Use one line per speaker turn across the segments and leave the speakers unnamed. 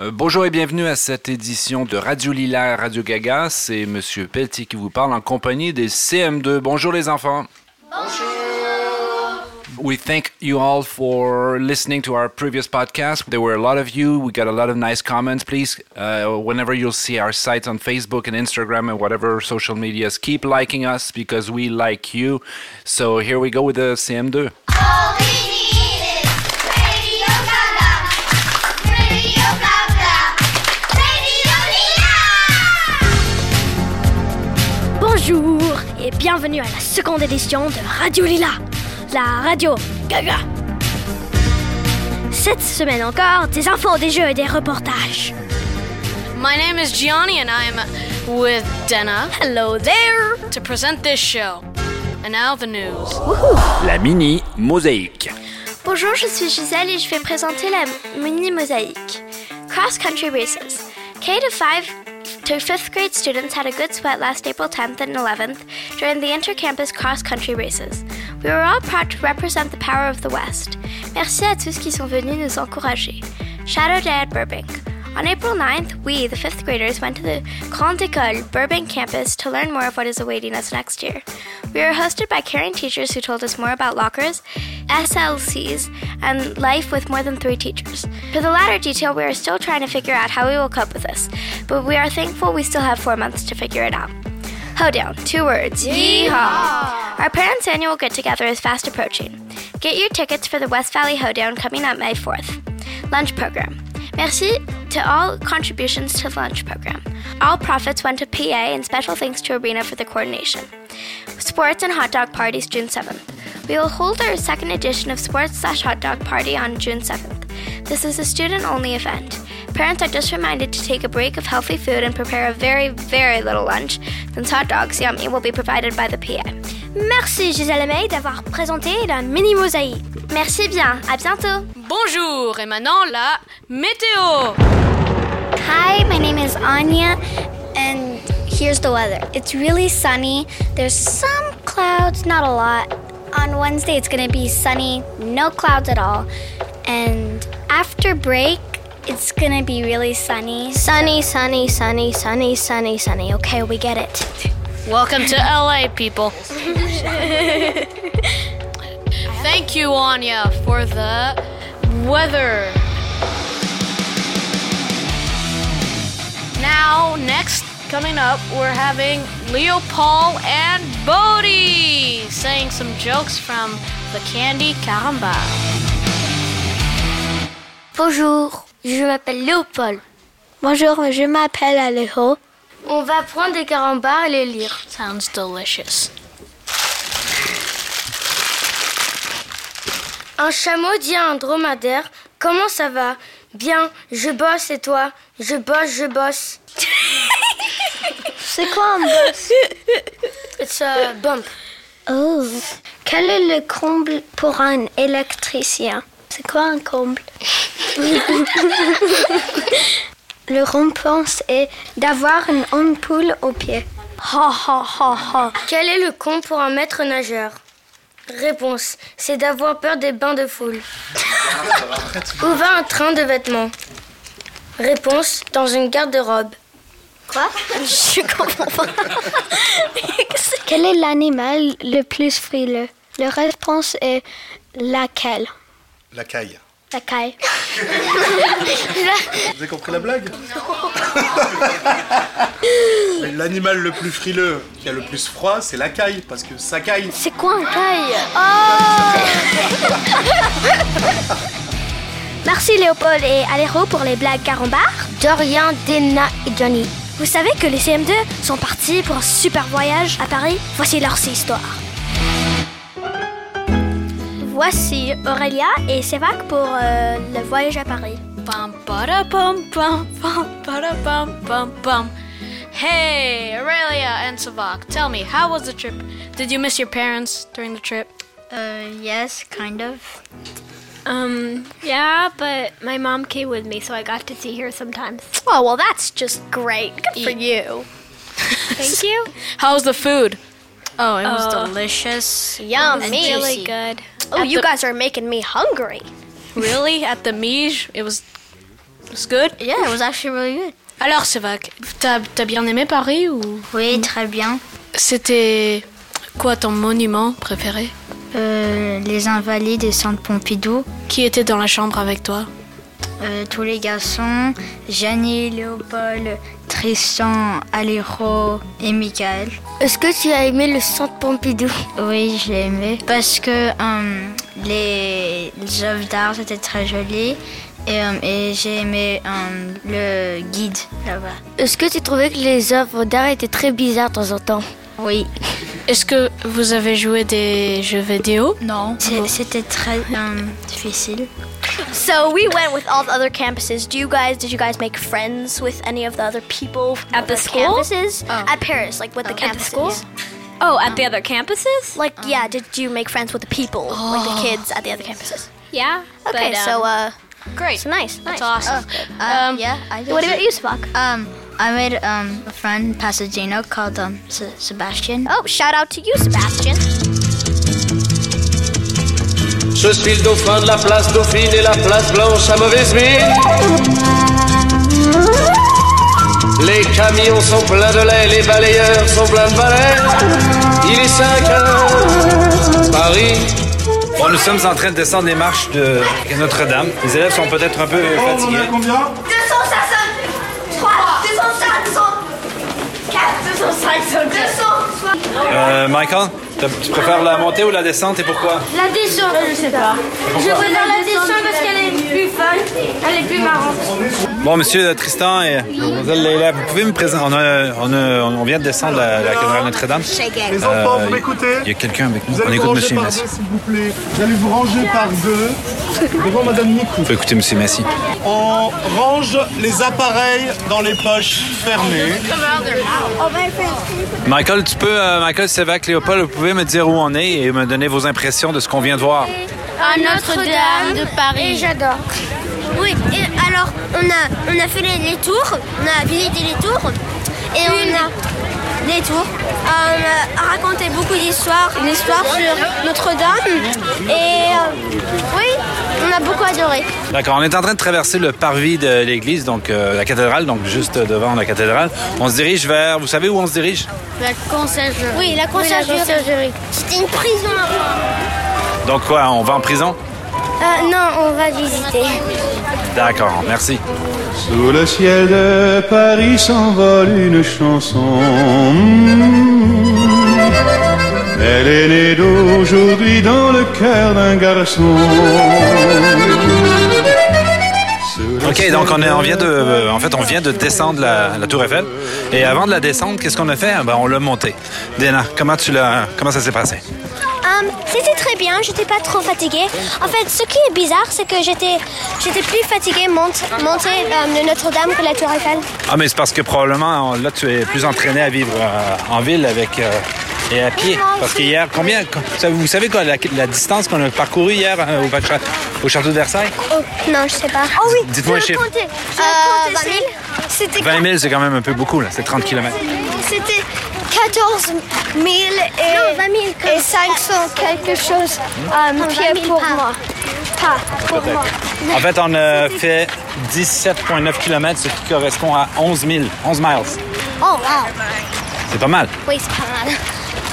Euh, bonjour et bienvenue à cette édition de Radio Lila Radio Gaga. C'est M. Pelletier qui vous parle en compagnie des CM2. Bonjour les enfants. We thank you all for listening to our previous podcast. There were a lot of you. We got a lot of nice comments. Please, uh, whenever you'll see our sites on Facebook and Instagram and whatever social medias, keep liking us because we like you. So here we go with the CM2.
All we need is Radio Gaga. Radio Gaga. Radio Lila.
Bonjour et bienvenue à la seconde édition de Radio Lila, la radio Gaga. Cette semaine encore, des infos, des jeux et des reportages.
My name is Gianni, and I'm with Dena
Hello there!
to present this show. And now the news.
La mini mosaïque.
Bonjour, je suis Gisèle et je vais présenter la mini mosaïque. Cross country races. K to 5 to 5th grade students had a good sweat last April 10th and 11th during the inter-campus cross country races. We were all proud to represent the power of the West. Merci à tous qui sont venus nous encourager. Shadow Day at Burbank. On April 9th, we, the fifth graders, went to the Grande École Burbank campus to learn more of what is awaiting us next year. We were hosted by caring teachers who told us more about lockers, SLCs, and life with more than three teachers. For the latter detail, we are still trying to figure out how we will cope with this, but we are thankful we still have four months to figure it out. Hoedown, two words. Yeehaw! Our parents' annual get together is fast approaching. Get your tickets for the West Valley Hoedown coming up May 4th. Lunch program. Merci to all contributions to the lunch program. All profits went to PA and special thanks to Arena for the coordination. Sports and hot dog parties June 7th. We will hold our second edition of sports slash hot dog party on June 7th. This is a student only event. Parents are just reminded to take a break of healthy food and prepare a very, very little lunch, since hot dogs, yummy, will be provided by the PA.
Merci Gisèle May d'avoir présenté la mini mosaïque.
Merci bien, à bientôt!
Bonjour, et maintenant la météo.
Hi, my name is Anya, and here's the weather. It's really sunny. There's some clouds, not a lot. On Wednesday, it's going to be sunny, no clouds at all. And after break, it's going to be really sunny. Sunny, sunny, sunny, sunny, sunny, sunny. Okay, we get it.
Welcome to LA, people. Thank you, Anya, for the weather. Now, next coming up, we're having Leo Paul and Bodhi saying some jokes from the Candy Caramba.
Bonjour, je m'appelle Léopold.
Bonjour, je m'appelle Alejo.
On va prendre des carambars et les lire.
Sounds delicious.
Un chameau dit à un dromadaire Comment ça va Bien, je bosse et toi Je bosse, je bosse.
C'est quoi un boss
It's a bump.
Oh. Quel est le comble pour un électricien C'est quoi un comble Le réponse est d'avoir une ampoule au pied. Ha ha ha ha.
Quel est le con pour un maître nageur Réponse C'est d'avoir peur des bains de foule. Où va un train de vêtements Réponse Dans une garde-robe.
Quoi Je comprends pas. Quel est l'animal le plus frileux La réponse est laquelle
La caille.
La caille.
Vous avez compris la blague L'animal le plus frileux, qui a le plus froid, c'est la caille, parce que ça caille.
C'est quoi un caille
Oh
Merci Léopold et Alero pour les blagues carambars.
Dorian, Dena et Johnny.
Vous savez que les CM2 sont partis pour un super voyage à Paris Voici leur histoire. Voici Aurélia et Sévac pour euh, le voyage à Paris.
Bum bada bum bum bum bada bum bum bum. Hey, Aurelia and Savak, tell me, how was the trip? Did you miss your parents during the trip?
Uh, yes, kind of. Um, yeah, but my mom came with me, so I got to see her sometimes.
Oh, well, that's just great. Good for you.
Thank you.
How was the food? Oh, it was
Oh.
delicious.
It's
Yummy.
really good.
Oh, you guys are making me hungry.
Really? At the Mige, it was It's good?
Yeah, it was actually really good.
Alors, Sevak, t'as t'as bien aimé Paris ou
Oui, très bien.
c'était quoi ton monument préféré
Euh, les Invalides et Centre Pompidou,
Qui était dans la chambre avec toi
euh, tous les garçons, Janie, Léopold, Tristan, Aléro et Michael.
Est-ce que tu as aimé le centre Pompidou
Oui, je l'ai aimé parce que euh, les les œuvres d'art étaient très jolies et, euh, et j'ai aimé euh, le guide là-bas.
Est-ce que tu trouvais que les œuvres d'art étaient très bizarres de temps en temps
Oui,
Est-ce que vous avez joué des jeux vidéo
non. C'était très euh, difficile. So we went
With all the other campuses, do you guys did you guys make friends with any of the other people from
At the
other
school?
campuses
Oh.
at Paris, like with the campuses?
At the school? Oh, at the other campuses?
Like yeah, did you make friends with the people, like
Oh.
the kids at the other campuses?
Yeah.
Okay,
but, um,
so uh,
Great.
so nice, nice.
That's awesome.
Um, yeah, I did.
What about you, Spock?
Um, I made um, a friend in Pasadena called um, Se- Sebastian.
Oh, shout out to you, Sebastian.
Je suis le dauphin de la place dauphine et la place blanche à mauvaise mine. Les camions sont pleins de lait, les balayeurs sont pleins de balais. Il est 5 heures. Paris.
Bon, nous sommes en train de descendre les marches de Notre-Dame. Les élèves sont peut-être un peu
Oh,
fatigués.
combien
200,
Euh, Michael, t'as- tu préfères la montée ou la descente et pourquoi
La descente, Euh, je sais pas. Je préfère la descente parce qu'elle est plus fun, elle est plus marrante.
Bon, monsieur Tristan et mademoiselle Leila, vous pouvez me présenter. On, a- on a- on vient de descendre la, la cathédrale Notre-Dame.
Les enfants,
Euh,
vous m'écoutez
Il y a quelqu'un avec nous.
Vous
On
allez vous
écoute
ranger
monsieur
par
Massy.
deux, s'il vous plaît. Vous allez vous ranger par deux devant Madame Nicou.
On peut écouter monsieur Massy.
On range les appareils dans les poches fermées.
Michael, tu peux, euh, Michael Sévac, Léopold, vous pouvez me dire où on est et me donner vos impressions de ce qu'on vient de voir.
À Notre-Dame
Ah.
de Paris. Et j'adore.
Oui, et alors on a, on a fait les, les tours, on a visité les tours et on a les tours. Euh, on a raconté beaucoup d'histoires, d'histoires sur Notre-Dame et euh, oui, on a beaucoup adoré.
D'accord, on est en train de traverser le parvis de l'église, donc euh, la cathédrale, donc juste devant la cathédrale. On se dirige vers, vous savez où on se dirige
La conciergerie.
Oui, la conciergerie. C'était une prison avant.
Donc quoi, on va en prison
Euh, non, on va visiter.
D'accord, merci.
Sous le ciel de Paris s'envole une chanson. Hmm. Elle est née d'aujourd'hui dans le cœur d'un garçon.
Ok, donc on, est- on vient de, euh, en fait, on vient de descendre la, la Tour Eiffel. Et avant de la descendre, qu'est-ce qu'on a fait Ben, on l'a montée. Dena, comment tu l'as, comment ça s'est passé
Hum, c'était très bien, j'étais pas trop fatiguée. En fait, ce qui est bizarre, c'est que j'étais j'étais plus fatiguée monte, monter euh, le Notre-Dame que la Tour Eiffel.
Ah, mais c'est parce que probablement, on- là, tu es plus entraîné à vivre euh, en ville avec euh, et à pied. Parce qu'hier, combien, co- vous savez quoi, la, la distance qu'on a parcourue hier hein, au, Pacha- au château de Versailles
Oh, non, je sais pas. Oh
oui, Dites-moi je un l'ai chiffre. compté,
Euh, 20 000 C'était
20 000, c'est quand même un peu beaucoup, là. C'est 30 km.
C'était 14 000 et, 500 quelque chose euh, pour moi. Pas pour moi.
En fait, on a fait 17,9 km, ce qui correspond à 11 000, 11 miles.
Oh wow,
C'est pas mal.
oui c'est pas mal.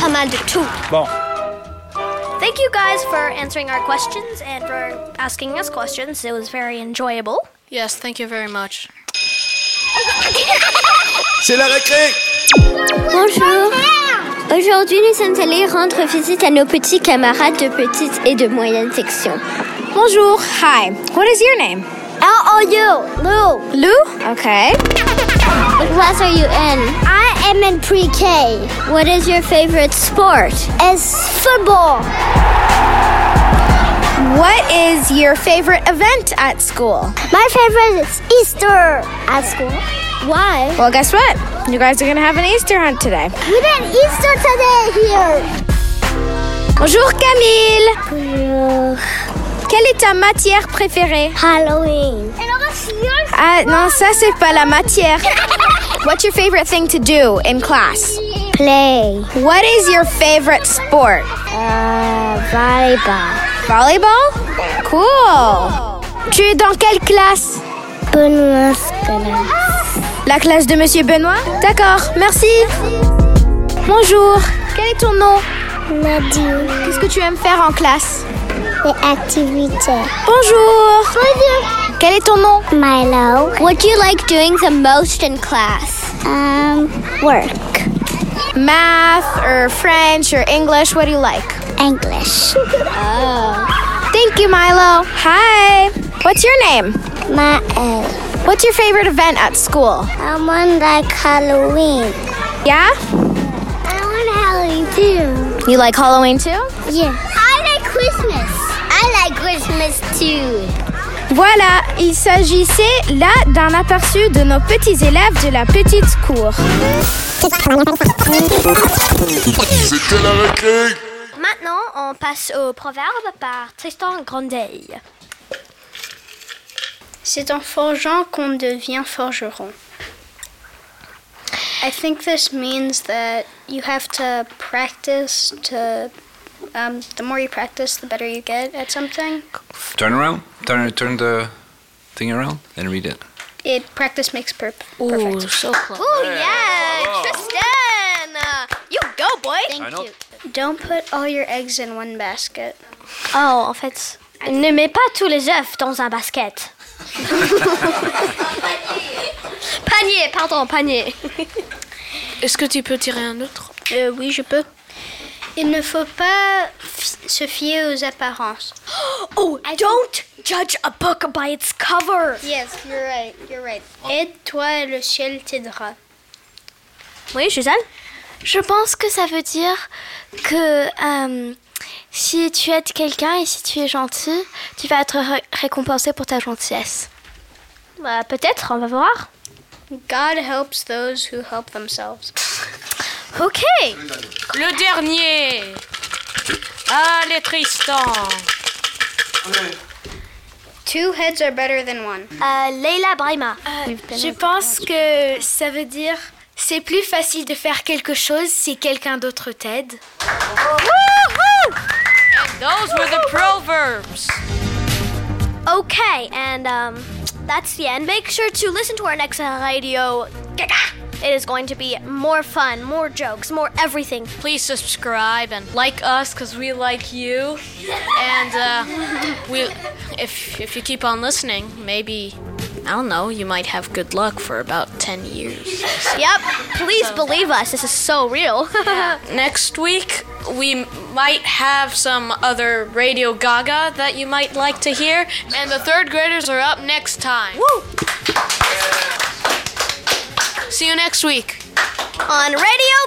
Pas mal de tout.
Bon.
Thank you guys for answering our questions and for asking us questions. It was very enjoyable.
Yes, thank you very much.
C'est la récré
Bonjour. Aujourd'hui, nous sommes allés rendre visite à nos petits camarades de petite et de moyenne section.
Bonjour. Hi. What is your name?
How are you, Lou?
Lou. Okay.
What class are you in? I am in pre-K. What is your favorite sport? It's football.
What is your favorite event at school?
My favorite is Easter at school. Why?
Well, guess what? You guys are gonna have an Easter hunt today.
We did Easter today here.
Bonjour Camille. Quelle est ta matière préférée?
Halloween.
Ah non, ça c'est pas la matière. What's your favorite thing to do in class?
Play.
What is your favorite sport?
Euh,
Uh, volleyball.
Volleyball? Cool. Tu es dans quelle classe?
Benoît Scolas.
La classe de Monsieur Benoît D'accord, merci. Bonjour, quel est ton nom Nadine. Qu'est-ce que tu aimes faire en classe Les activités. Bonjour. Bonjour. Quel est ton nom
Milo. What do you like doing the most in class? Um, work.
Math or French or English, what do you like?
English.
Oh. Thank you, Milo. Hi. What's your name?
Mael.
What's your favorite event at school?
I want like Halloween.
Yeah?
I want Halloween too.
You like Halloween too?
Yeah. I like Christmas. I like Christmas too.
Voilà, il s'agissait là d'un aperçu de nos petits élèves de la petite cour.
C'était la récré.
Maintenant, on passe au proverbe par Tristan Grandeil.
C'est en forgeant qu'on devient forgeron. I think this means that you have to practice to. Um, the more you practice, the better you get at something.
Turn around. Turn turn the thing around and read it.
It practice makes perp-
Ooh,
perfect.
so close.
Ooh,
yeah, Wow.
Tristan! you go, boy.
Thank I know. you.
Don't put all your eggs in one basket.
Oh, en fait, ne mets pas tous les œufs dans un basket.
Panier, pardon, panier. Est-ce que tu peux tirer un autre
Euh, oui, je peux. Il ne faut pas fi- se fier aux apparences.
Oh, don't judge a book by its cover.
Yes, you're right. You're right. Aide-toi et le ciel t'aidera.
Oui, Suzanne Je pense que ça veut dire que euh, si tu aides quelqu'un et si tu es gentil, tu vas être ré- récompensé pour ta gentillesse. Bah, peut-être, on va voir.
God helps those who help themselves.
Ok.
Le dernier. Allez, Tristan.
Two heads are better than one.
Leila Brahima.
Euh, Je pense que ça veut dire c'est plus facile de faire quelque chose si quelqu'un d'autre t'aide.
Those were the proverbs.
Okay, and um, that's the end. Make sure to listen to our next radio. Gaga! It is going to be more fun, more jokes, more everything.
Please subscribe and like us because we like you. And uh, we, if if you keep on listening, maybe I don't know, you might have good luck for about ten years.
Yep. Please believe us. This is so real.
Next week we might have some other Radio Gaga that you might like to hear, and the third graders are up next time. Woo! See you next week
On Radio